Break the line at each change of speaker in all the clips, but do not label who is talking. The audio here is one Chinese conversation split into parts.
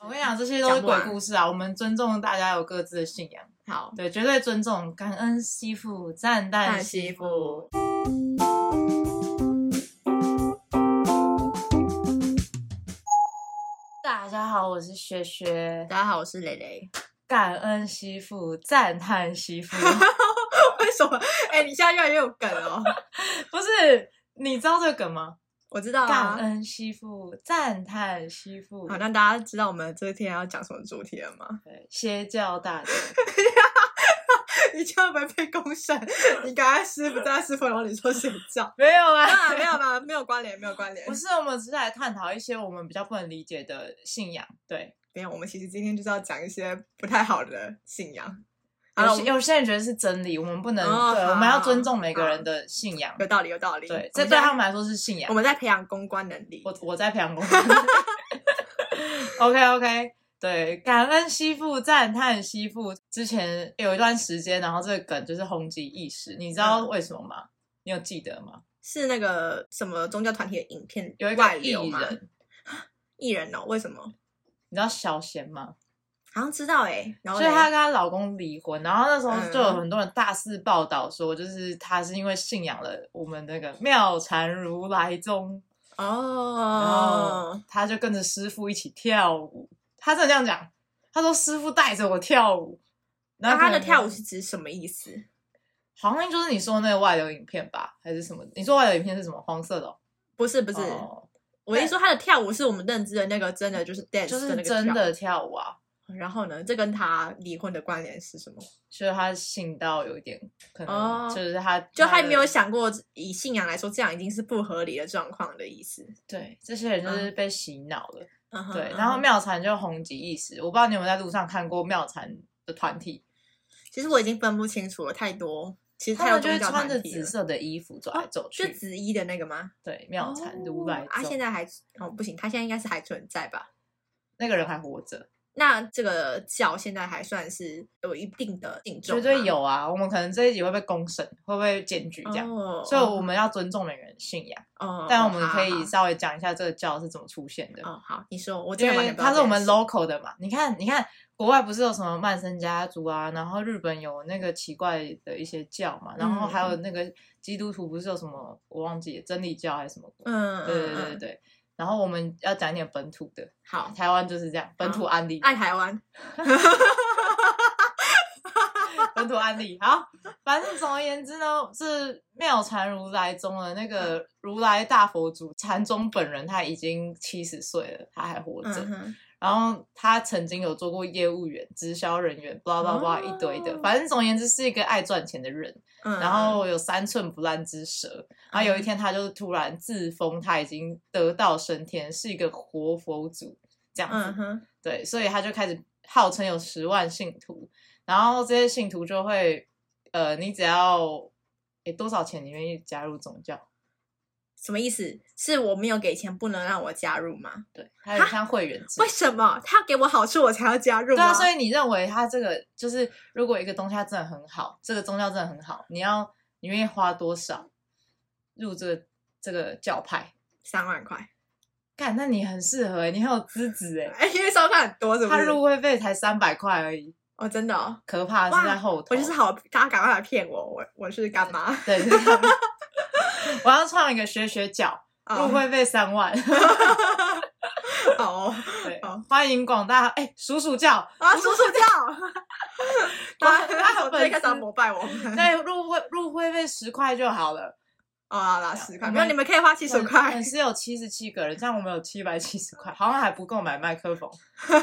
我跟你讲，这些都是鬼故事啊！我们尊重大家有各自的信仰，
好，
对，绝对尊重，感恩媳妇，赞叹
看
媳
媳
妇。
妇，
大家好，我是雪雪，
大家好，我是蕾蕾。
感恩媳妇，赞叹媳妇。
为什么？哎、你现在越来越有梗哦。
不是，你知道这个梗吗？
我知道
感
啊。
恩媳妇，赞叹媳妇
好，，那大家知道我们这天要讲什么主题了吗？
对，邪教大典。
你这样会不会被公审？ 你刚才师傅在师傅楼里说谁叫？
没有啊
没有 啊，没有吧，没有关联，没有关联
不。是，我们只是来探讨一些我们比较不能理解的信仰。对，
没有，我们其实今天就是要讲一些不太好的信仰。好了，
有
啊我
些
们
有些人觉得是真理，我们不能，
哦
对，
好
我们要尊重每个人的信仰。
有道理，有道理。
对，
我
这对
们在
他们来说是信仰
我。们在培养公关能力。
我我在培养公司。OK OK，对，感恩媳妇，赞叹媳妇。之前有一段时间，然后这个梗就是红极一时，你知
嗯
道为什么吗？你有记得吗？
是那个什么宗教团体的影片
有一
外
个艺
流吗？
人，
艺人哦，为什么？
你知道小贤吗？
好像知道哎、然后
所以她
嘞
跟她老公离婚，然后那时候
嗯
就有很多人大肆报道说，就是她是因为信仰了我们那个妙禅如来宗，然后
哦，
她就跟着师傅一起跳舞。她真的这样讲，她说师傅带着我跳舞。然
那
后
他的
可能
跳舞是指什么意思？
好像就是你说那个外流影片吧，还是什么？你说外流影片是什么？黄色的、哦？哦
不是不
不
是，我一说他的跳舞是我们认知的那个真的就是 dance
就是
的那个
真
跳
的跳舞啊。
舞。然后呢，这跟他离婚的关联是什么？
所以他信到有一点，可能
哦
就是他、
就
他
还
的
没有想过以信仰来说，这样已经是不合理的状况的意思。
对这些人就是被洗脑了。
嗯哼，
对，
嗯
然后
哼
妙禅就红极一时，我不知道你有没有在路上看过妙禅的团体，
其实我已经分不清楚了，太多，其实
他
太多
们就
宗
是
教
穿着
团体
紫
了。
色的衣服走来走去。
是紫衣的那个吗？
对，妙禅如
哦
来
啊，
咒
现在还哦不行，他现在应该是还存在吧？
那个人还活着，
那这个教现在还算是有一定的信众
绝
吗，
对有啊。我们可能这一集会被公审，会不会检举这样？
哦，
所以我们要尊重每个人的信仰。
哦，
但我们可以
哦
稍微讲一下这个教是怎么出现的，
好哦好，你说，我真
因
的完
为
全不知
它
道
是我
这
们
件事
local 的嘛。你看，你看，国外不是有什么曼森家族啊，然后日本有那个奇怪的一些教嘛，然后还有那个基督徒不是有什么我忘记了真理教还是什么，
嗯，嗯
对对对对
嗯
对。然后我们要讲一点本土的，
好，
台湾就是这样，本土案例，
爱台湾，
本土案例。好，反正总而言之呢，是妙禅如来宗的那
嗯
个如来大佛祖禅宗本人，他已经七十岁了，他还活着。
嗯哼，
然后他曾经有做过业务员、直销人员，blah blah blah
哦
一堆的，反正总而言之是一个爱赚钱的人。
嗯
然后有三寸不烂之舌，然后有一天他就突然自封他已经得道升天，是一个活佛祖这样
嗯
子。
哼，
对，所以他就开始号称有十万信徒，然后这些信徒就会，呃，你只要。诶多少钱你愿意加入宗教？
什么意思？是我没有给钱，不能让我加入吗？
对，它有点像会员制
为。什么他要给我好处，我才要加入
对啊，
吗？
所以你认为它这个就是，如果一个东西它真的很好，这个宗教真的很好，你要你愿意花多少入这个这个教派？
三万块，
干，那你很适合欸、你很有资质哎、
哎，因为烧饭很 多，是不
他
是？
入会费才三百块而已，
哦，真的哦，
可怕的是在后头。
我就是好，大家赶快来骗我，我我是干嘛？
对，就是他们 我要创一个学学角，入
哦
会费三 万。
哦，
对
好，
欢迎广大哎、数数教
啊，叔叔 叫，
他他
他他
很
从最
粉
开始要
丝
膜拜我们。
对入会入会费十块就好了。
哦，好啦，十块，
我们
没有，你们可以花七十
我
块
们。是有七十七个人，这样我们有七百七十块，好像还不够买麦克风，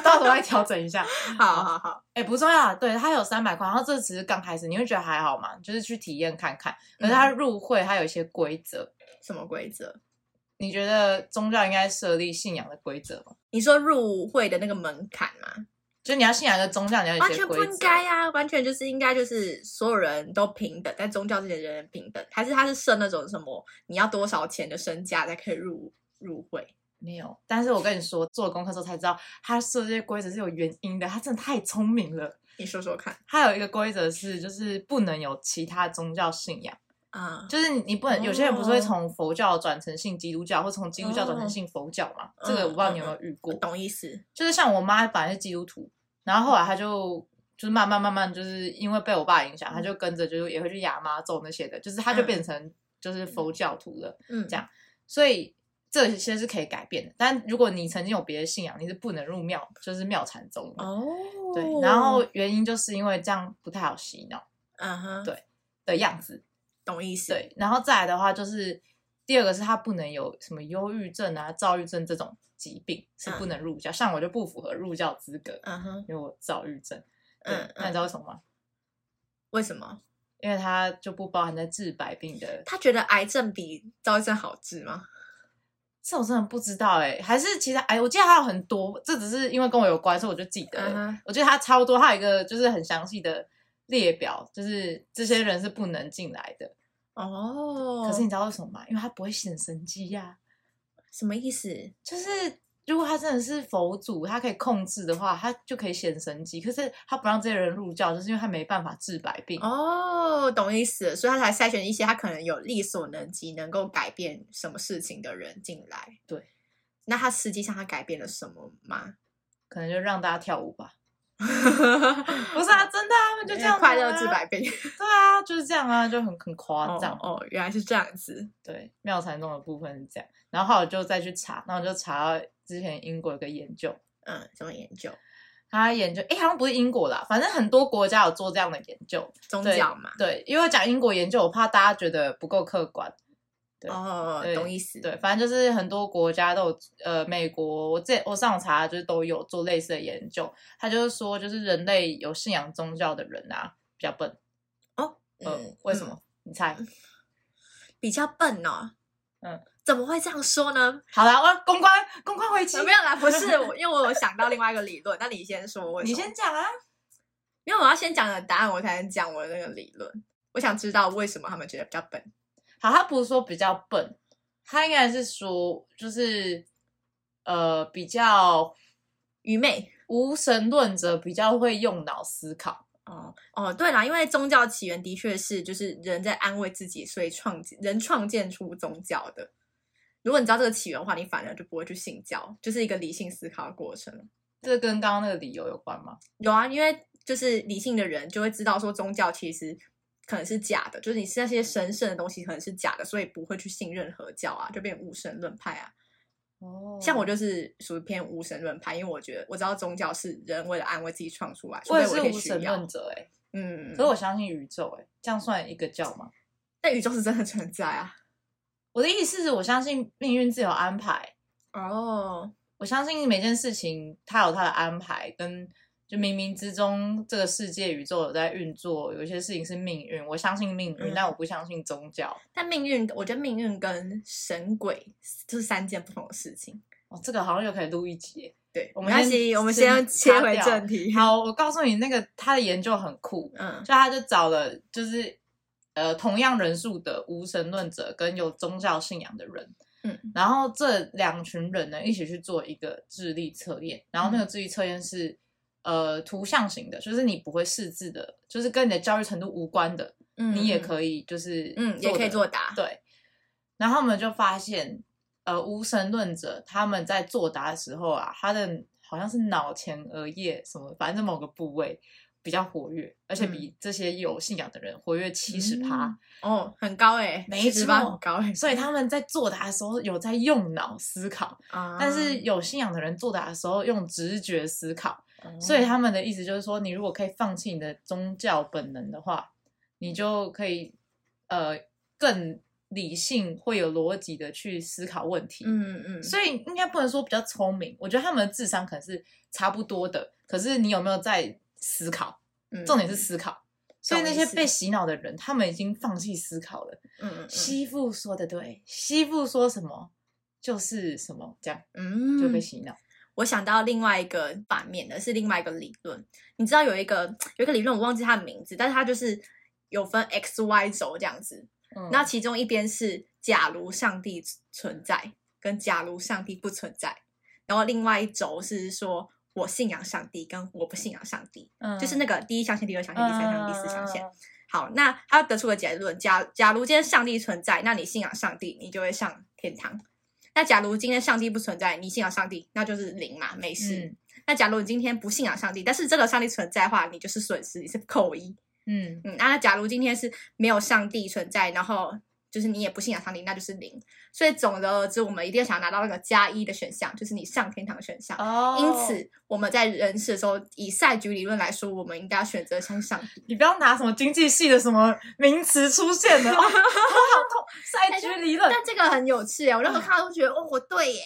到时候再调整一 下。
好好好，
哎、不重要啊，对，它有三百块，然后这只是刚开始，你会觉得还好嘛，就是去体验看看。可是它入会它有一些规则，
什么规则？
你觉得宗教应该设立信仰的规则吗？
你说入会的那个门槛吗？
就你要信仰一个宗教，你要有
完
一些
全
规
不
则。
应该啊，完全就是应该就是所有人都平等，在宗教之间人人平等，还是他是设那种什么你要多少钱的身价才可以入入会？
没有，但是我跟你说，做功课之后才知道，他设这些规则是有原因的。他真的太聪明了。
你说说看。
他有一个规则是，就是不能有其他宗教信仰。
啊，
就是你你不能，有些人不是会从佛教转成信基督教，或从基督教转成信佛教嘛？这个我不知道你有没有遇过。
懂意思？
就是像我妈本来是基督徒，然后后来她就就是慢慢慢慢，就是因为被我爸影响，她就跟着就是也会去亚妈咒那些的，就是她就变成就是佛教徒了。
嗯，
这样所以这些是可以改变的，但如果你曾经有别的信仰，你是不能入庙，就是庙禅宗的。
哦，
对，然后原因就是因为这样不太好洗脑
嗯哼，
对的样子。
懂意思？，
对，然后再来的话就是第二个是他不能有什么忧郁症啊、躁郁症这种疾病是不能入教，像我就不符合入教资格，
嗯哼，
因为我躁郁症。对
嗯，
那你知
嗯
道为什么吗？
为什么？
因为它就不包含在治百病的。
他觉得癌症比躁郁症好治吗？
这我真的不知道哎、还是其实哎，我记得还有很多，这只是因为跟我有关，所以我就记得了。
嗯哼，
我觉得它超多，它有一个就是很详细的列表，就是这些人是不能进来的。
哦，
可是你知道为什么吗？因为它不会显神机呀、
什么意思？
就是如果他真的是佛祖，他可以控制的话，他就可以显神迹。可是他不让这些人入教，就是因为他没办法治百病。
哦，懂意思了，所以他才筛选一些他可能有力所能及能够改变什么事情的人进来。
对，
那他实际上他改变了什么 吗？
可能就让大家跳舞吧。不是 啊，真的、啊，他们就这样、啊、
快乐治百。病。
对啊，就是这样啊，就很很夸张。
哦哦，原来是这样子。
对，妙禅宗的部分是这样。然后后来我就再去查，然后我就查到之前英国有个研究，
嗯，怎么研究
他研究，哎，好像不是英国啦，反正很多国家有做这样的研究。
宗
对
教嘛？
对，因为我讲英国研究，我怕大家觉得不够客观。对
哦，
对
懂意思。
对，反正就是很多国家都有，呃，美国我这我上网查就是都有做类似的研究，他就是说，就是人类有信仰宗教的人啊比较笨，
嗯，
呃，为什
嗯
么？你猜？
比较笨哦？
嗯，
怎么会这样说呢？
好啦，我公关公关回击
呃，没有啦，不 是，我因为我有想到另外一个理论，那你先说为什
你
么
先讲啊。
因为我要先讲的答案，我才能讲我的那个理论。我想知道为什么他们觉得比较笨。
好，他不是说比较笨，他应该是说就是呃比较
愚昧。
无神论者比较会用脑思考，
哦哦，对啦，因为宗教起源的确是就是人在安慰自己，所以创建人创建出宗教的。如果你知道这个起源的话，你反而就不会去信教，就是一个理性思考的过程。
这跟刚刚那个理由有关吗？
有啊，因为就是理性的人就会知道说宗教其实可能是假的，就是你是那些神圣的东西可能是假的，所以不会去信任何教啊，就变无神论派啊。
哦
像我就是属于偏无神论派，因为我觉得我知道宗教是人为了安慰自己创出来，
我
所以
也
我
是
可以
无
需
神
要
论。者哎、
嗯
可是，我相信宇宙、欸，哎，这样算一个教吗？
但宇宙是真的存在啊。
我的意思是我相信命运自有安排，
哦，
我相信每件事情它有它的安排，跟就冥冥之中这个世界宇宙有在运作，有一些事情是命运，我相信命运，
嗯
但我不相信宗教。
但命运，我觉得命运跟神鬼就是三件不同的事情。
哦，这个好像又可以录一集 欸。
对，
我们
没关
先
系我们
先
先切
擦
回
掉
正题。，
好，我告诉你，那个他的研究很酷，
嗯
就他就找了就是呃同样人数的无神论者跟有宗教信仰的人，
嗯，
然后这两群人呢一起去做一个智力测验，然后那
嗯
个智力测验是、呃图像型的，就是你不会识字的，就是跟你的教育程度无关的，
嗯
你也
以，
可以就是
嗯，也
得
可以作答。
对，然后我们就发现，呃，无神论者他们在作答的时候啊，他的好像是脑前额叶什么，反正某个部位比较活跃，而且比这些有信仰的人活跃七十趴，
哦，很高哎、欸，
没
78
错
很高哎、
所以他们在作答的时候有在用脑思考，
啊
但是有信仰的人作答的时候用直觉思考，
哦
所以他们的意思就是说，你如果可以放弃你的宗教本能的话，你
嗯
就可以呃更理性、会有逻辑的去思考问题。
嗯嗯，
所以应该不能说比较聪明，我觉得他们的智商可能是差不多的，可是你有没有在思考？
以
重点是思考。所以那
懂
些
意思
被洗脑的人，他们已经放弃思考了。
嗯嗯
西父说的对，西父说什么就是什么，这样
嗯，
就被
嗯
洗脑。
我想到另外一个反面的是另外一个理论，你知道有一个有一个理论我忘记它的名字，但是它就是有分 x y 轴这样子，
嗯
那其中一边是假如上帝存在跟假如上帝不存在，然后另外一轴是说
嗯
我信仰上帝跟我不信仰上帝，就是那个第一象限、第二象限、第三象限、第四象限。。好，那他得出个结论：假假如今天上帝存在，那你信仰上帝，你就会上天堂；那假如今天上帝不存在，你信仰上帝，那就是零嘛，没事。
嗯
那假如你今天不信仰上帝，但是这个上帝存在的话，你就是损失，你是扣一。
嗯
嗯，那假如今天是没有上帝存在，然后就是你也不信仰上帝，那就是零。所以总而言之，我们一定要想拿到那个加一的选项，就是你上天堂的选项。
哦，
因此，我们在人事的时候，以赛局理论来说，我们应该要选择相信上帝。
你不要拿什么经济系的什么名词出现 的，哦、头好痛，赛局理论。
但这个很有趣耶，我那时候看到都觉得，哦，我对耶。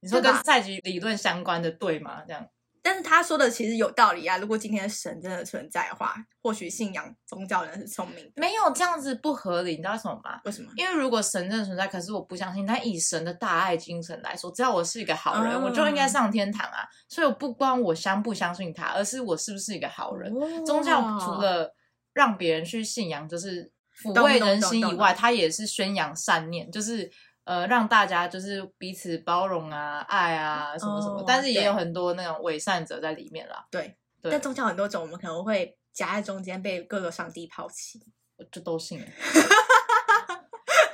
你说
对
跟
吧
赛局理论相关的对吗？这样
但是他说的其实有道理啊。如果今天神真的存在的话，或许信仰宗教人是聪明的。
没有这样子不合理，你知道为什么吗？
为什么？
因为如果神真的存在，可是我不相信。但以神的大爱精神来说，只要我是一个好人，
哦
我就应该上天堂啊！所以我不光我相不相信他，而是我是不是一个好人。
哦
宗教除了让别人去信仰，就是抚
懂
慰
懂
人
懂
心
懂
以外，它也是宣扬善念，就是呃让大家就是彼此包容啊、爱啊什么什么。
哦
但是也有
对
很多那种伪善者在里面啦，
对，
对
但宗教很多种，我们可能会夹在中间，被各个上帝抛弃。
我就都信了，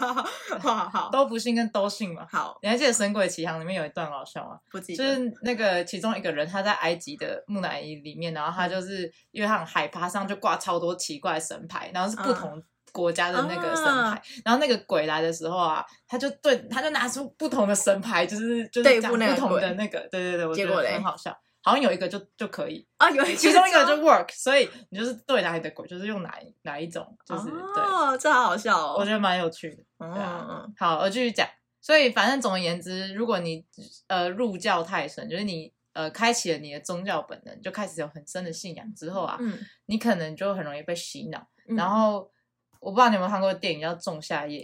好好好好
都不信跟都信嘛。
好，
你还记得《神鬼奇航》里面有一段很好笑吗？
不记
就
得。
是那个其中一个人，他在埃及的木乃伊里面，然后
嗯
他就是因为他很害怕，上就挂超多奇怪的神牌，然后是不
嗯
同国家的那个神
啊
牌，然后那个鬼来的时候啊，他就对他就拿出不同的神牌，就是就是
对
讲
付那
不
个
同的
鬼
那个，对对对，我觉
结果
得
嘞
很好笑。好像有一个就就可以，
啊，有
其中一个
招
就 work，所以你就是对哪里的鬼，就是用哪一哪一种，就是、对，
哦，这好好笑哦。
我觉得蛮有趣的。
嗯
对
嗯
啊
嗯
好，我继续讲。所以，反正总而言之，如果你呃入教太深，就是你呃开启了你的宗教本能，就开始有很深的信仰之后啊，
嗯
你可能就很容易被洗脑。
嗯，
然后，我不知道你有没有看过电影叫《仲夏夜》，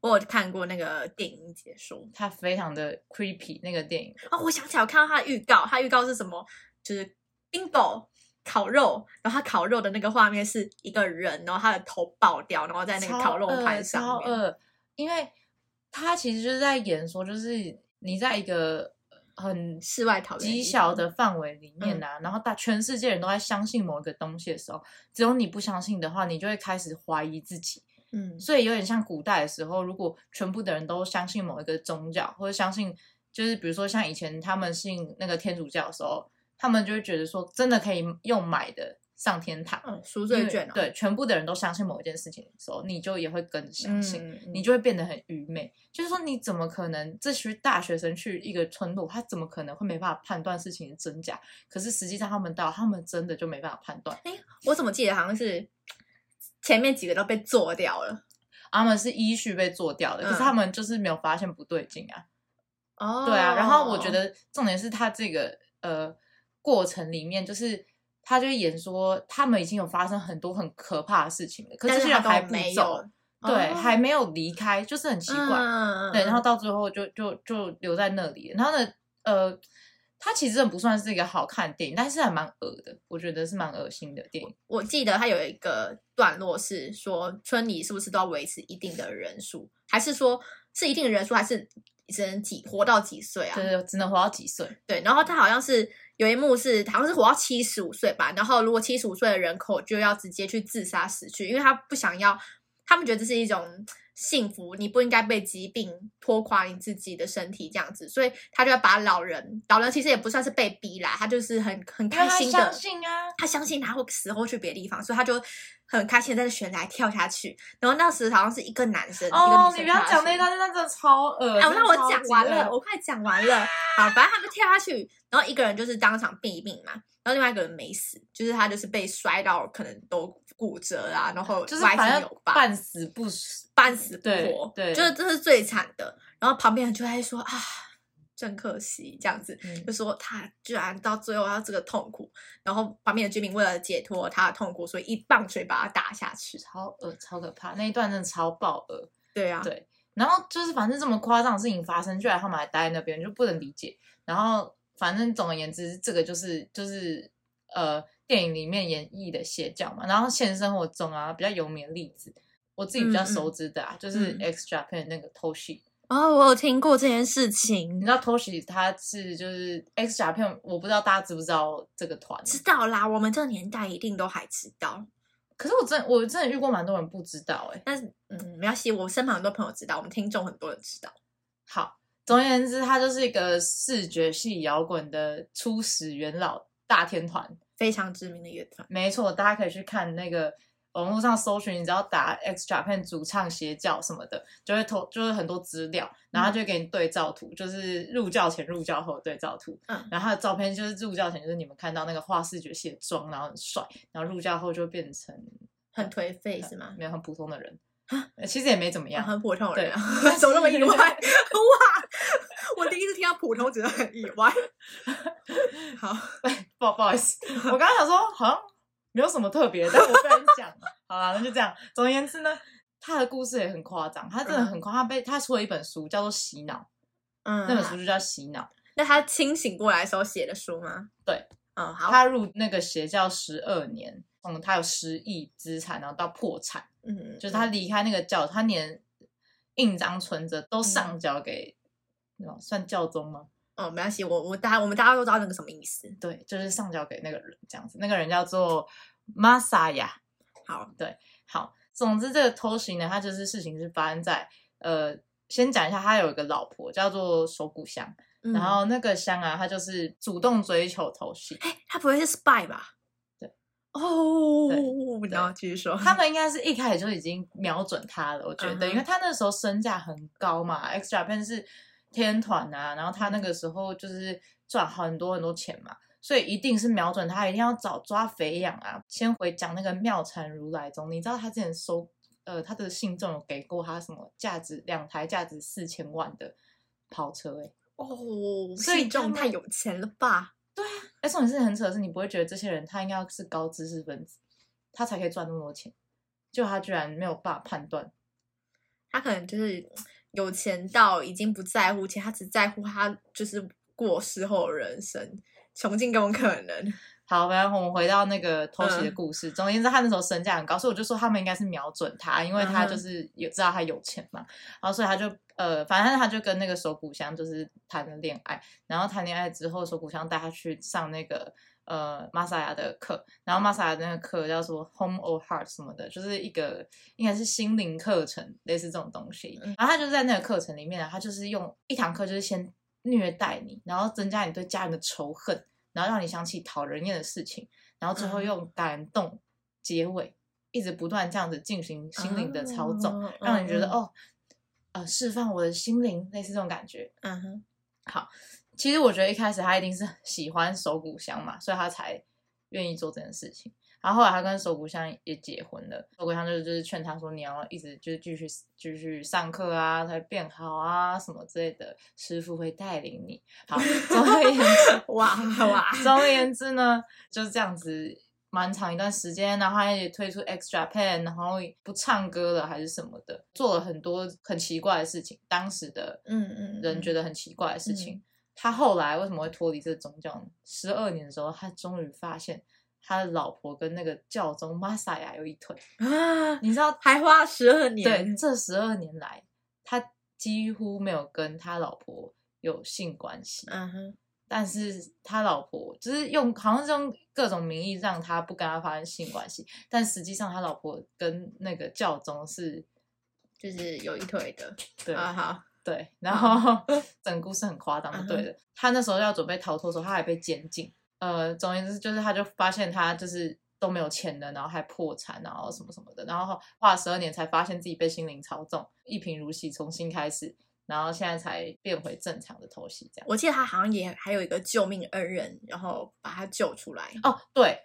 我有看过那个电影解说
它非常的 creepy。那个电影
哦，我想起来，我看到它的预告，它预告是什么？就是 bingo 烤肉，然后它烤肉的那个画面是一个人，然后他的头爆掉，然后在那个烤肉盘
超
上
饿，超
面。
饿因为它其实就是在演说，就是你在一个很
室外讨论
极小的范围里面
嗯
呐、然后大全世界人都在相信某一个东西的时候，只有你不相信的话，你就会开始怀疑自己。
嗯，
所以有点像古代的时候，如果全部的人都相信某一个宗教，或者相信，就是比如说像以前他们信那个天主教的时候，他们就会觉得说，真的可以用买的上天堂。
嗯，赎
因
罪
为
券哦，
对，全部的人都相信某一件事情的时候，你就也会跟着相
嗯，
信。
嗯
你就会变得很愚昧。就是说，你怎么可能这群大学生去一个村落，他怎么可能会没办法判断事情的真假？可是实际上他们到，他们真的就没办法判断。
我怎么记得好像是前面几个都被做掉了。
他们是依序被做掉的，可是
嗯
他们就是没有发现不对劲啊。
哦
对啊，然后我觉得重点是他这个呃过程里面，就是他就演说他们已经有发生很多很可怕的事情了，可
但
这
是
些
他
人
都
还不
没
走
有，，
对，
哦
还没有离开，就是很奇怪。
嗯
对，然后到最后就就就留在那里。然后呢，呃，它其实真的不算是一个好看的电影，但是还蛮恶的，我觉得是蛮恶心的电影。
我记得他有一个段落是说，村里是不是都要维持一定的人数，还是说是一定的人数，还是只能几活到几岁啊
就？是只能活到几岁？
对，然后他好像是有一幕是好像是活到七十五岁吧，然后如果七十五岁的人口就要直接去自杀死去，因为他不想要，他们觉得这是一种幸福，你不应该被疾病拖垮你自己的身体这样子，所以他就要把老人，老人其实也不算是被逼啦，他就是很很
因为
开
他
心的，
相信啊，
他相信他会死后去别的地方，所以他就很开心地在悬崖跳下去。然后那时好像是一个男生，
哦，
一
你
个女生
不要讲
跳下
那
去
一段，那段真的超恶。
哎，
真的
那我
超
讲
级
完
恶
了，我快讲完了。好，反正他们跳下去，然后一个人就是当场毙命嘛，然后另外一个人没死，就是他就是被摔到可能都骨折啊，然后
就是
歪
反
七
正
扭八，
半死不死。
半死不
对
活，
对
就是这是最惨的。然后旁边人就在说啊，真可惜这样子，
嗯
就说他居然到最后要这个痛苦。然后旁边的居民为了解脱他的痛苦，所以一棒槌把他打下去。
超恶，超可怕！那一段真的超爆恶。
对啊，
对然后就是反正这么夸张的事情发生，居然他们还待在那边，就不能理解。然后反正总而言之，这个就是就是呃电影里面演绎的邪教嘛。然后现实生活中啊，比较有名的例子，我自己比较
嗯嗯
熟知的啊，就是
嗯
X Japan 那个 Toshi。
哦，我有听过这件事
你
情，
知道 Toshi 他是就是 X Japan，我不知道大家知不知道这个团。
知道啦，我们这个年代一定都还知道。
可是我真我真的遇过蛮多人不知道哎、
但是嗯，没关系，我身旁很多朋友知道，我们听众很多人知道。
好，总而言之，它就是一个视觉系摇滚的初始元老大天团。
非常知名的乐团，
没错，大家可以去看那个网络上搜寻，你只要打 X Japan 主唱邪教什么的，就会投就是很多资料，然后
嗯
他就会给你对照图，就是入教前、入教后的对照图。
嗯
然后他的照片就是入教前就是你们看到那个画视觉系的妆，然后很帅，然后入教后就变成
很颓废
嗯
是吗？
没有很普通的人，呃其实也没怎么
啊
样。
很普通的人啊，
对
怎么那么意外？ 哇！我第一次听到普通，觉得很意外。好，
不好不好意思， 我刚刚想说好像没有什么特别，但我不敢讲了。好啦，那就这样。总而言之呢，他的故事也很夸张，他真的很夸张。他被他出了一本书，叫做《洗脑》，
嗯，
那本书就叫《洗脑》。
那他清醒过来的时候写的书吗？
对，
嗯，好，
他入那个邪教十二年，从他有十亿资产，然后到破产，
嗯，
就是他离开那个教，他连印章存折都
嗯
上交给，那算教宗吗？
哦，没关系，我我大家我们大家都知道那个什么意思。
对，就是上交给那个人这样子。那个人叫做 Masaya。
好，
好，总之这个偷袭呢，他就是事情是发生在呃，先讲一下，他有一个老婆叫做手谷香，
嗯
然后那个香啊，她就是主动追求偷袭，
他不会是 spy 吧？
对，
哦
对，
然后继续说，
他们应该是一开始就已经瞄准他了，我觉得
嗯嗯哼
因为他那时候身价很高嘛，X Japan 是天团啊，然后他那个时候就是赚很多很多钱嘛，所以一定是瞄准他，一定要找抓肥羊啊。先回讲那个妙禅如来宗，你知道他之前收呃他的信众有给过他什么价值两台价值四千万的跑车哎、欸，
哦，
所以
信众
他们
太有钱了吧？
哎，重点是很扯的是，你不会觉得这些人他应该要是高知识分子，他才可以赚那么多钱，就他居然没有办法判断。
他可能就是有钱到已经不在乎钱，他只在乎他就是过世后的人生，穷尽各种可能。
好，然后我们回到那个偷袭的
嗯
故事。总而言之，他那时候身价很高，所以我就说他们应该是瞄准他，因为他
嗯哼
就是有知道他有钱嘛，然后所以他就呃，反正他就跟那个手谷香就是谈了恋爱，然后谈恋爱之后，手谷香带他去上那个呃玛莎亚的课，然后玛莎亚那个课叫做 Home or Heart 什么的，就是一个应该是心灵课程，类似这种东西。
嗯
然后他就在那个课程里面啊，他就是用一堂课就是先虐待你，然后增加你对家人的仇恨，然后让你想起讨人厌的事情，然后最后
嗯
用感动结尾，一直不断这样子进行心灵的操纵，
哦
让你觉得、，
嗯
哦，呃，释放我的心灵，类似这种感觉。
嗯哼，
其实我觉得一开始他一定是喜欢手鼓香嘛，所以他才愿意做这件事情。然后后来他跟手鼓香也结婚了，手鼓香就是就是劝他说你要一直就是继续继续上课啊，才会变好啊什么之类的，师傅会带领你。好，总而言之，
哇 哇，
总而言之呢，就是这样子，蛮长一段时间，然后他也推出 X Japan，然后不唱歌了还是什么的，做了很多很奇怪的事情，当时的
嗯嗯嗯
人觉得很奇怪的事情。他后来为什么会脱离这个宗教呢？十二年的时候，他终于发现他的老婆跟那个教宗玛萨亚有一腿，
啊，
你知 道？
还花了十二年，
对，这十二年来，他几乎没有跟他老婆有性关系。
嗯哼，
但是他老婆就是用好像是用各种名义让他不跟他发生性关系，但实际上他老婆跟那个教宗是
就是有一腿的
对、
啊，好，
对，然
嗯
后 整故事很夸张，就对的。他那时候要准备逃脱的时候，他还被监禁。呃，总而言之，就是他就发现他就是都没有钱了，然后还破产，然后什么什么的，然后花了十二年才发现自己被心灵操纵，一贫如洗，重新开始，然后现在才变回正常的偷袭这样。
我记得他好像也还有一个救命恩人，然后把他救出来。
哦，对，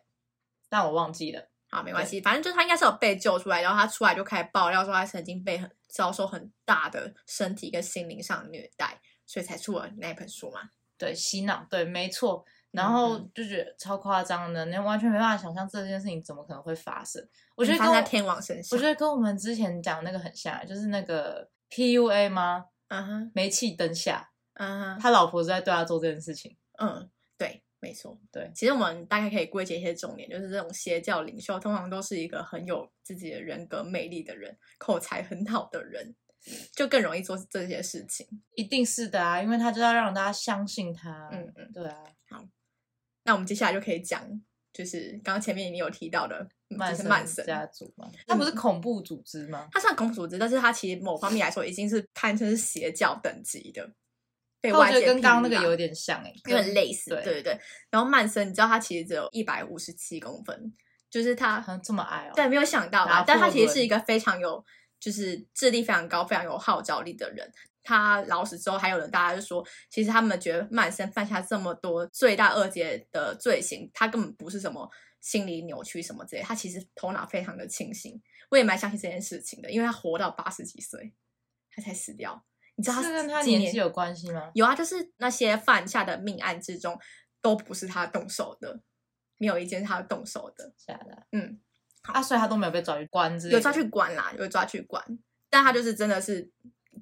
但我忘记了。
好，没关系，反正就是他应该是有被救出来，然后他出来就开始爆料说他曾经被很遭受很大的身体跟心灵上虐待，所以才出了那本书嘛。
对，洗脑，对，没错。然后
嗯嗯
就觉得超夸张的，你完全没办法想象这件事情怎么可能会发生。我觉得跟我
放嗯在天王身
我
上
觉，得跟我们之前讲那个很像，就是那个 PUA 吗？
嗯哼，
煤气灯下，
嗯哼，
他老婆是在对他做这件事情。
嗯，对，没错，
对
其实我们大概可以归结一些重点，就是这种邪教领袖通常都是一个很有自己的人格魅力的人，口才很好的人，就更容易做这些事情。
一定是的啊，因为他就要让大家相信他。
嗯，嗯，
对啊，
那我们接下来就可以讲，就是刚刚前面已经有提到的嗯
曼
就是嗯
森
曼森
家族嘛，他不是恐怖组织吗？
它算恐怖组织，但是它其实某方面来说已经是堪称是邪教等级的，被
他我
外
觉
界
得跟刚刚那
批
个
判
有点像哎、
有点类似，
对
对对对。然后曼森，你知道他其实只有一百五十七公分，就是他
好像这么 矮哦、
对，没有想到
拿
吧
破？
但他其实是
仑
一个非常有，就是智力非常高、非常有号召力的人。他老死之后，还有人大家就说，其实他们觉得曼森犯下这么多罪大恶极的罪行，他根本不是什么心理扭曲什么之类，他其实头脑非常的清醒。我也蛮相信这件事情的，因为他活到八十几岁，他才死掉。你知道
是跟
他
他
几
年纪有关系吗？
有啊，就是那些犯下的命案之中，都不是他动手的，没有一件是他动手的。
假的，
嗯，
啊，所以他都没有被抓去关之类的，
有抓去关啦，有抓去关，但他就是真的是，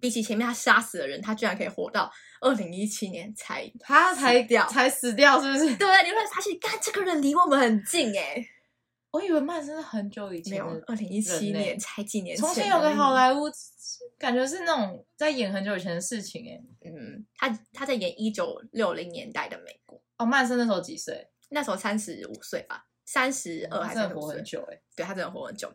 比起前面他杀死的人，他居然可以活到二零一七年才。
他才
死掉
才死掉，是不是？
对，你会发现，干这个人离我们很近哎、
我以为曼森是很久以
没
前
有
的人，
二零一七
呢
年才几年前
重
而已，
新有个好莱坞，感觉是那种在演很久以前的事情哎。
嗯，他他在演一九六零年代的美国，
哦，曼森那时候几岁？
那时候三十五岁吧，三十二
哇
还是
真的
35
活
岁
很久哎。
对他真的活很久。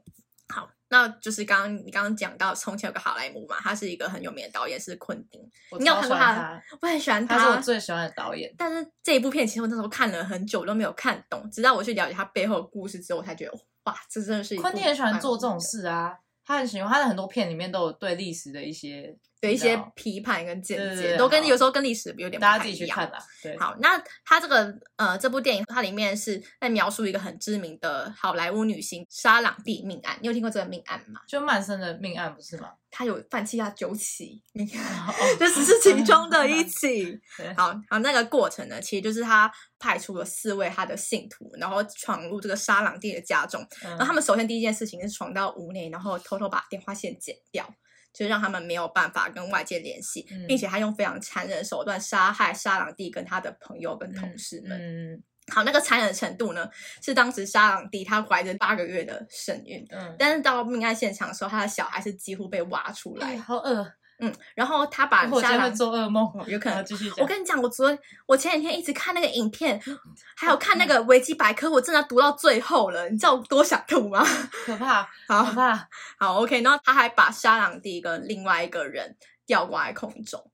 好，那就是刚刚你刚刚讲到从前有个好莱坞嘛，他是一个很有名的导演是昆汀，
我
你有
超
看
喜
过
欢
他
他？
我很喜欢
他是我最喜欢的导演。
但是这一部片其实我那时候看了很久都没有看懂，直到我去了解它背后的故事之后，我才觉得哇，这真的是一部
昆汀很喜欢做这种
蛮有名的，
事啊，他很喜欢他的很多片里面都有对历史的一些
对一些
你知道
批判跟见
对对
解，
对
都跟
好
有时候跟历史有点不
大家
太
自己
一
去
样
看啦。对，
好，那它这个呃这部电影，它里面是在描述一个很知名的好莱坞女星莎朗蒂命案，你有听过这个命案吗？
就曼森的命案不是吗？
她有犯下九起命案，
哦
这只是其中的一起。
对
好，然后那个过程呢，其实就是他派出了四位他的信徒，然后闯入这个沙朗蒂的家中。
嗯
然后他们首先第一件事情是闯到屋内，然后偷偷把电话线剪掉，就让他们没有办法跟外界联系，
嗯
并且他用非常残忍的手段杀害沙朗蒂跟他的朋友跟同事们。
嗯
好，那个残忍的程度呢，是当时沙朗蒂她怀着八个月的身孕。
嗯，
但是到命案现场的时候，他的小孩是几乎被挖出
哎，
来。
好饿，
嗯，然后他把
如果我今
沙
天会
朗哦
做噩呃梦，
有可能
好继续
我
讲。
跟你讲，我昨我前几天一直看那个影片，
嗯
还
哦
有看那个维基百科，我真的读到最后了。你知道我多想吐吗？
可怕，可
好
怕，
好，OK。然后他还把沙朗蒂跟另外一个人吊挂在空中，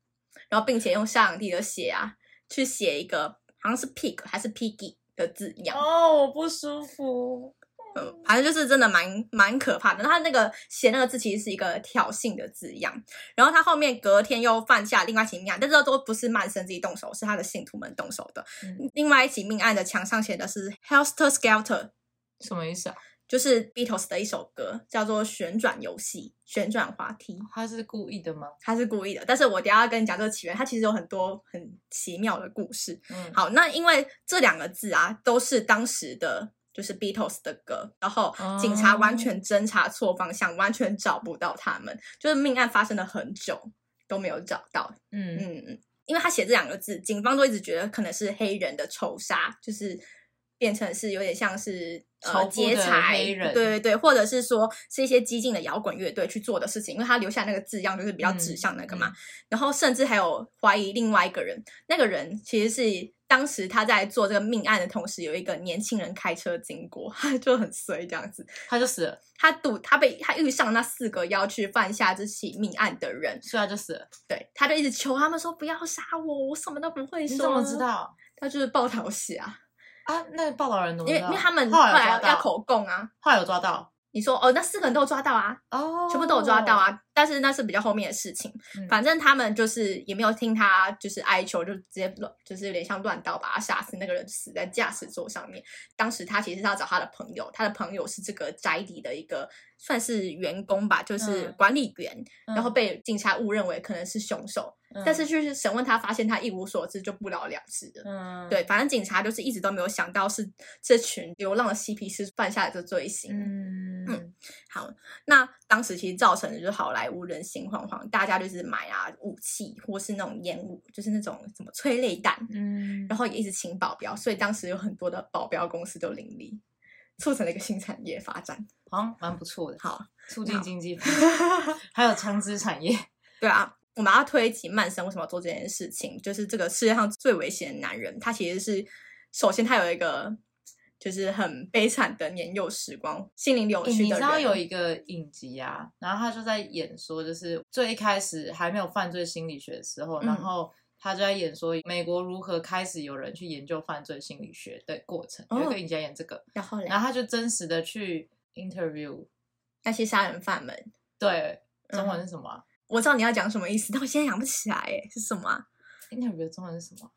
然后并且用沙朗蒂的血啊去写一个好像是 pig 还是 piggy 的字样，
哦，我不舒服。
嗯，反正就是真的蛮蛮可怕的。他那个写那个字其实是一个挑衅的字样，然后他后面隔天又犯下另外一起命案，但这都不是曼森自己动手，是他的信徒们动手的。
嗯
另外一起命案的墙上写的是 Helter Skelter，
什么意思啊？
就是 Beatles 的一首歌，叫做《旋转游戏》，旋转滑梯。
他是故意的吗？
他是故意的，但是我等一下要跟你讲这个起源，它其实有很多很奇妙的故事。
嗯，
好，那因为这两个字啊，都是当时的就是 Beatles 的歌，然后
哦
警察完全侦查错方向，完全找不到他们，就是命案发生了很久都没有找到。
嗯，
嗯嗯，因为他写这两个字，警方都一直觉得可能是黑人的仇杀，就是变成是有点像是
仇
呃
富
劫
的
财，
黑人
对对对，或者是说是一些激进的摇滚乐队去做的事情，因为他留下那个字样就是比较指向那个嘛。
嗯
然后甚至还有怀疑另外一个人，那个人其实是。当时他在做这个命案的同时，有一个年轻人开车经过， 他就很衰这样子。
他就死了，
他赌他被他遇上那四个要去犯下这起命案的人，
所以啊他就死了。
对，他就一直求他们说不要杀我，我什么都不会
你
说。
怎么知？道
他就是报讨喜啊，
啊？那报道人怎么
因为
知
因
道？
为他们后
后
来
来有
要
抓
要
到，
口供啊。
后来有抓到
你说哦，那四个人都有抓到啊，
哦，
全部都有抓到。啊，但是那是比较后面的事情。
嗯
反正他们就是也没有听他就是哀求，就直接乱，就是有点像乱刀把他杀死。那个人死在驾驶座上面。当时他其实是要找他的朋友，他的朋友是这个宅邸的一个算是员工吧，就是
嗯
管理员，
嗯
然后，被警察误认为可能是凶
嗯
手。但是，就是审问他，发现他一无所知，就不了了之了。
嗯，
对，反正警察就是一直都没有想到是这群流浪的嬉皮士犯下的这罪行。
嗯，嗯，
好，那当时其实造成的就是好莱坞人心惶惶，大家就是买啊武器或是那种烟雾，就是那种什么催泪弹，
嗯，
然后也一直请保镖，所以当时有很多的保镖公司都林立，促成了一个新产业发展。
好像蛮不错的，
好，
促进
好
经 济发展，还有枪支产业。
对啊，我们要推及曼森为什么要做这件事情，就是这个世界上最危险的男人，他其实是首先他有一个。就是很悲惨的年幼时光，心灵扭
欸
曲
你
的
知
人。
道有一个影集啊，然后他就在演说，就是最一开始还没有犯罪心理学的时候，
嗯
然后他就在演说美国如何开始有人去研究犯罪心理学的过程。有一
哦
个影集在演这个，
然后嘞
然后他就真实的去 interview，
那些杀人犯们，
对，
嗯
中文是什么啊、
我知道你要讲什么意思，但我现在想不起来，哎，是什么啊、
interview 中文是什么啊？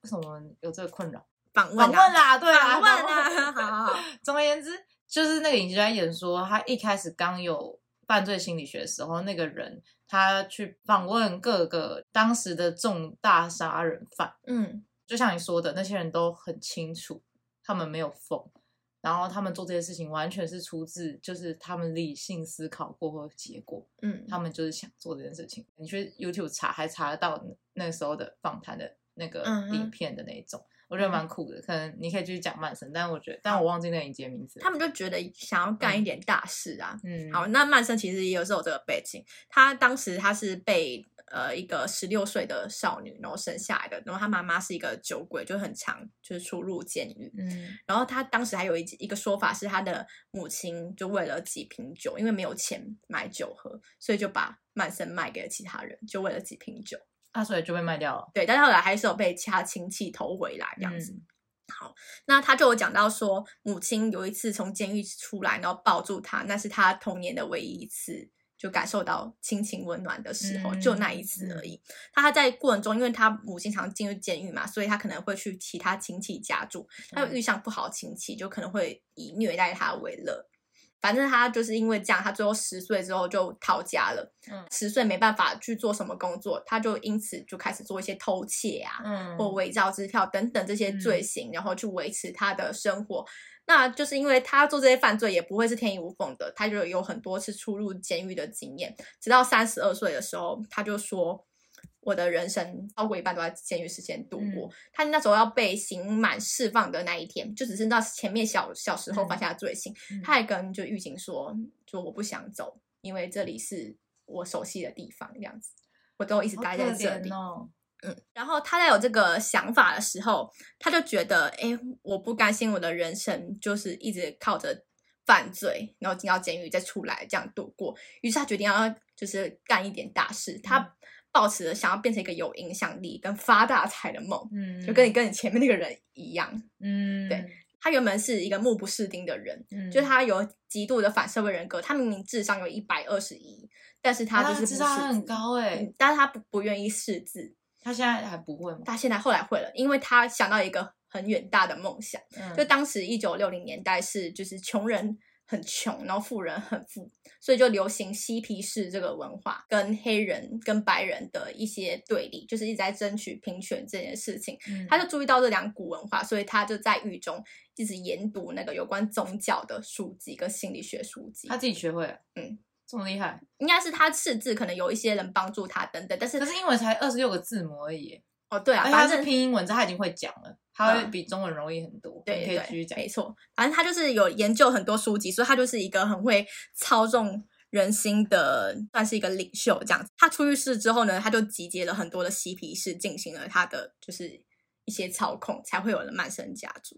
为什么我们有这个困扰？
访问
访问
啊，
啦，对啦，
访问
访
啊，
问
好好好，
总而言之，就是那个影集在演说，他一开始刚有犯罪心理学的时候，那个人他去访问各个当时的重大杀人犯，
嗯，
就像你说的，那些人都很清楚，他们没有疯，然后他们做这些事情完全是出自就是他们理性思考过后的结果，
嗯，
他们就是想做这件事情。你去 YouTube 查，还查得到那时候的访谈的那个
嗯哼嗯
影片的那一种。我觉得蛮酷的，可能你可以继续讲曼森，但我觉得，但我忘记那个影集的名字了。
他们就觉得想要干一点大事啊。
嗯，
好，那曼森其实也有是有这个背景，他当时他是被呃一个十六岁的少女然后生下来的，然后他妈妈是一个酒鬼，就很常就是出入监狱，
嗯，
然后他当时还有一一个说法是，他的母亲就为了几瓶酒，因为没有钱买酒喝，所以就把曼森卖给了其他人，就为了几瓶酒。
啊，所以就被卖掉了，
对，但是后来还是有被其他亲戚偷回来这样子。
嗯
那他就有讲到说，母亲有一次从监狱出来，然后抱住他，那是他童年的唯一一次。就感受到亲情温暖的时候，
嗯
就那一次而已。那他在过程中，因为他母亲常进入监狱嘛，所以他可能会去其他亲戚家住，他
嗯
有遇上不好的亲戚，就可能会以虐待他为乐。反正他就是因为这样，他最后十岁之后就逃家了。
嗯
十岁没办法去做什么工作，他就因此就开始做一些偷窃啊，
嗯，
或伪造支票等等这些罪行，然后去维持他的生活。那就是因为他做这些犯罪也不会是天衣无缝的，他就有很多次出入监狱的经验。直到三十二岁的时候，他就说：“我的人生超过一半都在监狱时间度
嗯
过。他那时候要被刑满释放的那一天，就只是到前面小小时候犯下的罪行，
嗯
他还跟就狱警说：“就我不想走，因为这里是我熟悉的地方，这样子，我都一直
好
待
可
在这
怜
里。
哦，
嗯，然后他在有这个想法的时候，他就觉得，哎，我不甘心我的人生就是一直靠着犯罪，然后进到监狱再出来这样度过。于是他决定要就是干一点大事，
嗯
他抱持着想要变成一个有影响力跟发大财的梦，
嗯，
就跟你跟你前面那个人一样。
嗯，
对他原本是一个目不识丁的人，
嗯，
就是他有极度的反社会人格，他明明智商有一百二十一，但是他
啊
就是不
智
识
商很
字
高哎
嗯，但是他不不愿意识字。
他现在还不会吗？
他现在后来会了，因为他想到一个很远大的梦想。
嗯
就当时一九六零年代是就是穷人很穷，然后富人很富，所以就流行嬉皮士这个文化，跟黑人跟白人的一些对立，就是一直在争取平权这件事情。
嗯
他就注意到这两股文化，所以他就在狱中一直研读那个有关宗教的书籍跟心理学书籍
他。自己学会了，
嗯，
这么厉害，
应该是他识字，可能有一些人帮助他等等，但是
可是英文才二十六个字母而已耶，
哦对啊，
而且
反
他
正
是拼英文字，他已经会讲了，他会
嗯
比中文容易很多，你可
对对
以继续讲，
没错，反正他就是有研究很多书籍，所以他就是一个很会操纵人心的，算是一个领袖这样子。他出狱室之后呢，他就集结了很多的嬉皮士，进行了他的就是一些操控，才会有了曼森家族。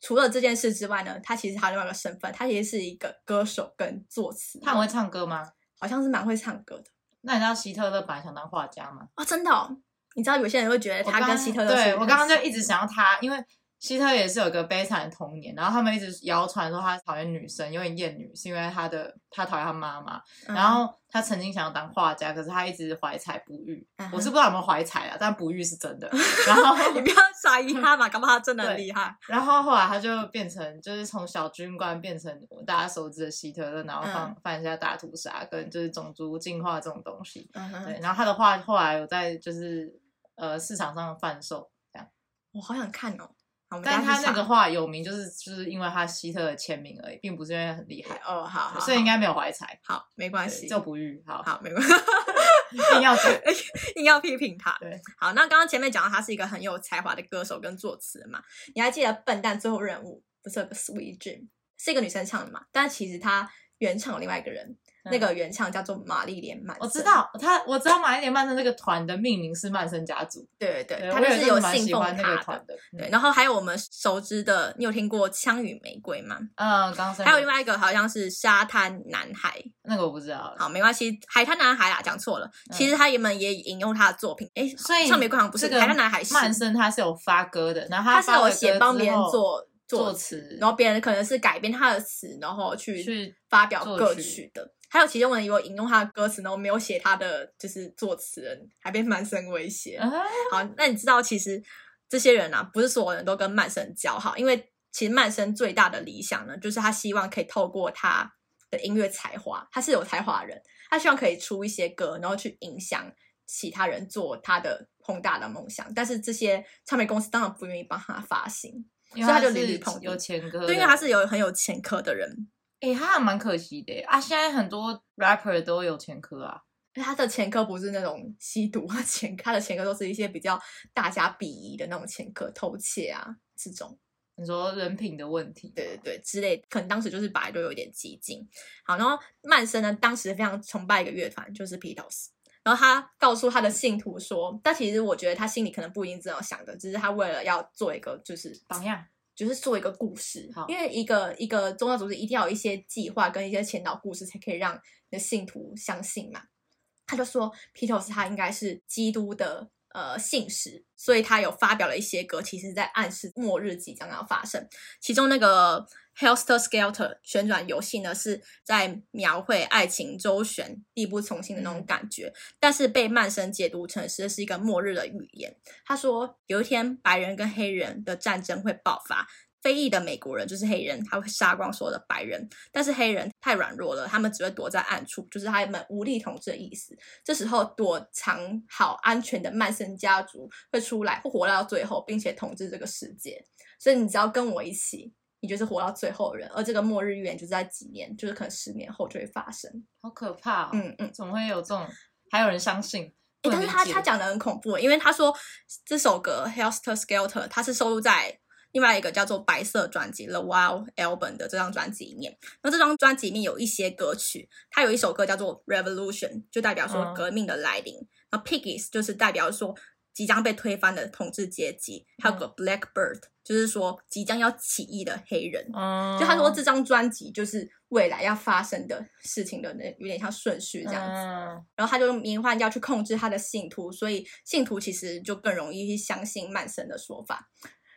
除了这件事之外呢，他其实还有另外一个身份，他其实是一个歌手跟作词人，
他很会唱歌吗？
好像是蛮会唱歌的
那你知道希特勒本来想当画家吗？
哦，真的、哦。你知道有些人会觉得
我
他跟
刚
希特勒
对
是
我刚刚就一直想要他，因为希特勒也是有个悲惨的童年，然后他们一直谣传说他讨厌女生，有点厌女，是因为他的他讨厌他妈妈，
嗯
然后他曾经想要当画家，可是他一直怀才不遇。
嗯哼
我是不知道有没有怀才啊，但不遇是真 的。然后
你不要怀疑他嘛，搞不好他真的很
对
厉害。
然后后来他就变成，就是从小军官变成大家熟知的希特勒，然后
嗯
犯、犯下大屠杀跟就是种族进化这种东西。
嗯哼
对，然后他的画后来有在就是呃市场上贩售。
我好想看哦。好我们
但
等下
他
去
那个
查
画有名，就是就是因为他希特的签名而已，并不是因为很厉害，啊
哦，好好，
所以应
该
该没有怀才，
好，没关系，
对就不遇。好，
好，没关系，
一定要讲。
硬要批评他。
对，
好，那刚刚前面讲到他是一个很有才华的歌手跟作词嘛，你还记得《笨蛋最后任务》不是有个 Sweet Dream 是一个女生唱的嘛？但其实她原唱有另外一个人，
嗯
那个原唱叫做玛丽莲曼，
我知，道他，我知道玛丽莲曼森这个团的命名是曼森家族，
对对
对
对，他
我
就
也
是
真
有
的蛮
信
喜
奉
欢那个
他的
团。的。
对，
嗯，
然后还有我们熟知的，你有听过《枪与玫瑰》吗？
嗯，刚生
还有另外一个好像是沙滩男孩，
那个我不知道，
好，没关系，海滩男孩啦，讲错了。其实他们也引用他的作品，哎，
嗯所以
上玫瑰好像不是
这个
海滩男孩是，
曼森他是有发歌的，然后
他是
发了
有
歌
写帮别人
之后
做
作
作词，
词，
然后别人可能是改编他的词，然后去
去
发表
作
歌
曲
曲的。还有其中人有引用他的歌词，然后没有写他的就是作词人，还被曼森威胁。
啊
好，那你知道其实这些人啊，不是所有人都跟曼森交好，因为其实曼森最大的理想呢，就是他希望可以透过他的音乐才华，他是有才华的人，他希望可以出一些歌，然后去影响其他人做他的宏大的梦想。但是这些唱片公司当然不愿意帮他发行，
因
所
为
以他
他
就是屡屡碰壁
有前科的，
对，因为他是有很有前科的人，
诶，他还蛮可惜的耶啊！现在很多 rapper 都有前科啊，
因为他的前科不是那种吸毒啊前科，他的前科都是一些比较大家鄙夷的那种前科，偷窃啊这种。
你说人品的问题，
对对，对之类，可能当时就是本来就有点激进。好，然后曼森呢，当时非常崇拜一个乐团，就是披头士。然后他告诉他的信徒说，但其实我觉得他心里可能不一定这样想的，只是他为了要做一个就是
榜样，
就是做一个故事
好，
因为一个一个宗教组织一定要有一些计划跟一些前导故事，才可以让你的信徒相信嘛。他就说，披头士他应该是基督的呃信使，所以他有发表了一些歌，其实在暗示末日即将要发生。其中那个 Helter Skelter 旋转游戏呢，是在描绘爱情周旋、力不从心的那种感觉，但是被曼森解读成是是一个末日的预言。他说，有一天白人跟黑人的战争会爆发，非裔的美国人就是黑人，他会杀光所有的白人，但是黑人太软弱了，他们只会躲在暗处，就是他们无力统治的意思。这时候躲藏好安全的曼森家族会出来，会活到最后，并且统治这个世界。所以你只要跟我一起，你就是活到最后的人。而这个末日预言就是在几年，就是可能十年后就会发生。
好可怕、哦，
嗯嗯。
怎么会有这种？还有人相信？
欸
不能
但是他
理解
他讲的很恐怖，因为他说这首歌《Helter Skelter》它是收录在另外一个叫做《白色》专辑《The Wild Album》的这张专辑里面。那这张专辑里面有一些歌曲，它有一首歌叫做《Revolution》，就代表说
嗯
革命的来临。那、Piggies 就是代表说即将被推翻的统治阶级，
嗯
还有个 Blackbird 就是说即将要起义的黑人。
嗯，
就他说这张专辑就是未来要发生的事情的那有点像顺序这样子。
嗯
然后他就用迷幻药去控制他的信徒，所以信徒其实就更容易去相信曼森的说法。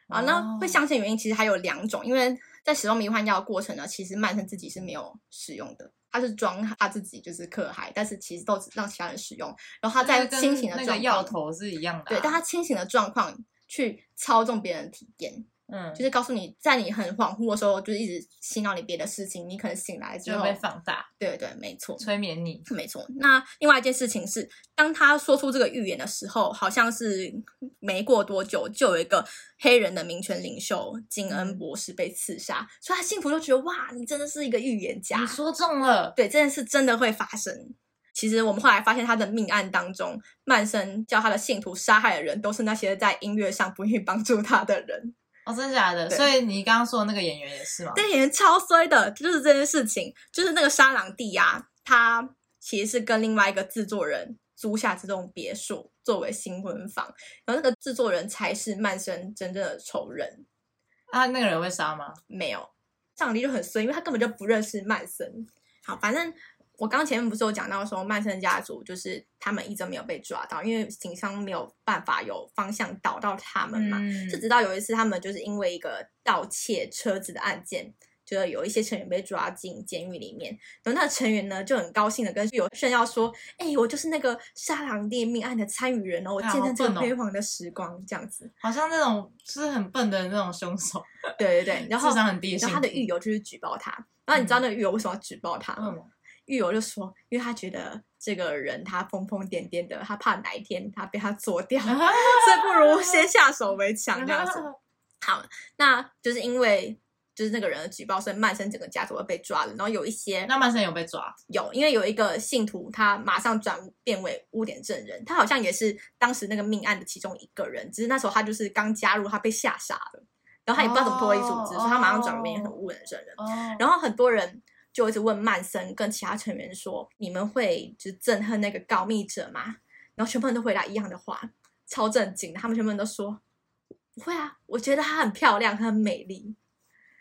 啊，那
哦
会相信的原因其实还有两种，因为在使用迷幻药的过程呢，其实曼森自己是没有使用的，他是装他自己就是可嗨，但是其实都只让其他人使用。然后他在
就是跟
清醒的
那
状
个
况，
药头是一样的啊、
对，但他清醒的状况去操纵别人的体验，
嗯，
就是告诉你在你很恍惚的时候，就是一直洗脑你别的事情，你可能醒来之
就
后
会，被放大
对对，没错，
催眠你，
没错。那另外一件事情是，当他说出这个预言的时候，好像是没过多久，就有一个黑人的民权领袖金恩博士被刺杀，所以他信徒就觉得哇，你真的是一个预言家
你。说中了，
对，这件事真的会发生。其实我们后来发现，他的命案当中，曼森叫他的信徒杀害的人，都是那些在音乐上不愿意帮助他的人。
哦，真的假的？
对
所以你刚刚说的那个演员也是吗？
这演员超衰的，就是这件事情，就是那个沙朗蒂啊，他其实是跟另外一个制作人租下这栋别墅作为新婚房，然后那个制作人才是曼森真正的仇人，
啊，那个人会杀吗？
没有，上帝就很衰，因为他根本就不认识曼森。好，反正我刚前面不是有讲到说，曼森家族就是他们一直没有被抓到，因为警方没有办法有方向导到他们嘛。
嗯
是直到有一次，他们就是因为一个盗窃车子的案件，就是有一些成员被抓进监狱里面。然后那个成员呢就很高兴的跟有炫耀说：“哎、我就是那个沙朗蒂命案的参与人哦，我
啊
见证这
好
个
笨哦
辉煌的时光。”这样子，
好像那种就是很笨的那种凶手，
对对对。然后，
智
然
商很低，
后他的狱友就是举报他。然后你知道那个狱友为什么要举报他吗？
嗯，
狱友就说：“因为他觉得这个人他疯疯癫癫的，他怕哪一天他被他做掉， 所
啊
以不如先下手为强这样子。”好，那就是因为就是那个人的举报，所以曼森整个家族都被抓了。然后有一些
那曼森有被抓，
有，因为有一个信徒，他马上转变为污点证人，他好像也是当时那个命案的其中一个人，只是那时候他就是刚加入，他被吓傻了，然后他也不知道怎么脱离组织，
哦
所以他马上转变为污点证人。
哦，
然后很多人就一直问曼森跟其他成员说：“你们会就是憎恨那个告密者吗？”然后全部人都回答一样的话，超震惊的。他们全部人都说：“不会啊，我觉得她很漂亮，她很美丽。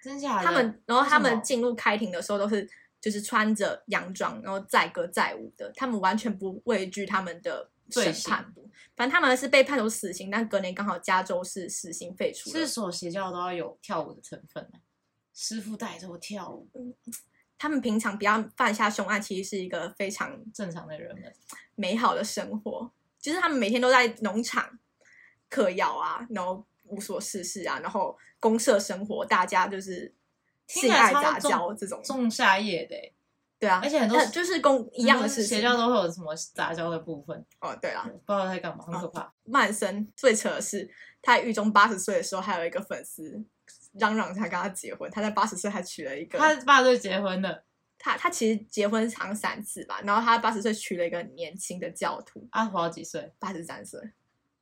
真”假的？
他们，然后他
为什
们
么
进入开庭的时候都是就是穿着洋装，然后载歌载舞的，他们完全不畏惧他们的审
罪行
判。反正他们是被判处死刑，但隔年刚好加州是死刑废除了，
是所有邪教都要有跳舞的成分啊师傅带着我跳舞，
他们平常不要犯下凶案，其实是一个非常
正常的人们
美好的生活。就是他们每天都在农场嗑药啊，然后无所事事啊，然后公社生活，大家就是
听起
性
来
爱
超
杂
重
交这种，
种下业的欸、
对啊，
而且很嗯多
呃就是公一样的事
邪
情。
教都会有什么杂交的部分，
哦，对啊
不，知道在干嘛，很可怕。
曼森最扯的是，他在狱中八十岁的时候，还有一个粉丝嚷嚷他跟他结婚，他在八十岁还娶了一个
他爸就结婚了
他他其实结婚好像三次吧，然后他八十岁娶了一个年轻的教徒，
阿啊活到几岁？
八十三岁，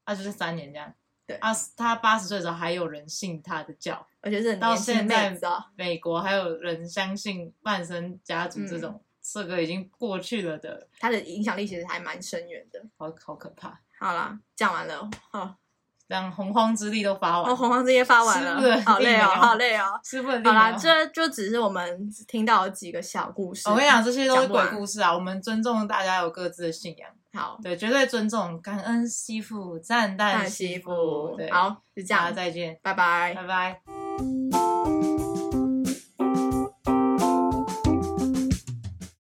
啊，就是三年这样。
对
啊，他八十岁的时候还有人信他的教，
而且是很
到
年轻的
现在
妹子啊。
美国还有人相信曼森家族这
嗯
种，这个已经过去了的，
他的影响力其实还蛮深远的。
好好可怕。
好啦，讲完了，哦，
让洪荒之力都发完，
哦，洪荒之夜发完
是不是
了，好
并
累哦，
没有
好累哦。
师傅的力
好啦，
量
这就只是我们听到的几个小故事。
我跟你讲，这些都是
讲不
鬼
完
故事啊！我们尊重大家有各自的信仰，
好，
对，绝对尊重，感恩媳妇，赞叹
看
媳
媳
妇
妇，
对，，
好，就这
大家
样，
再见，
拜拜
拜。拜。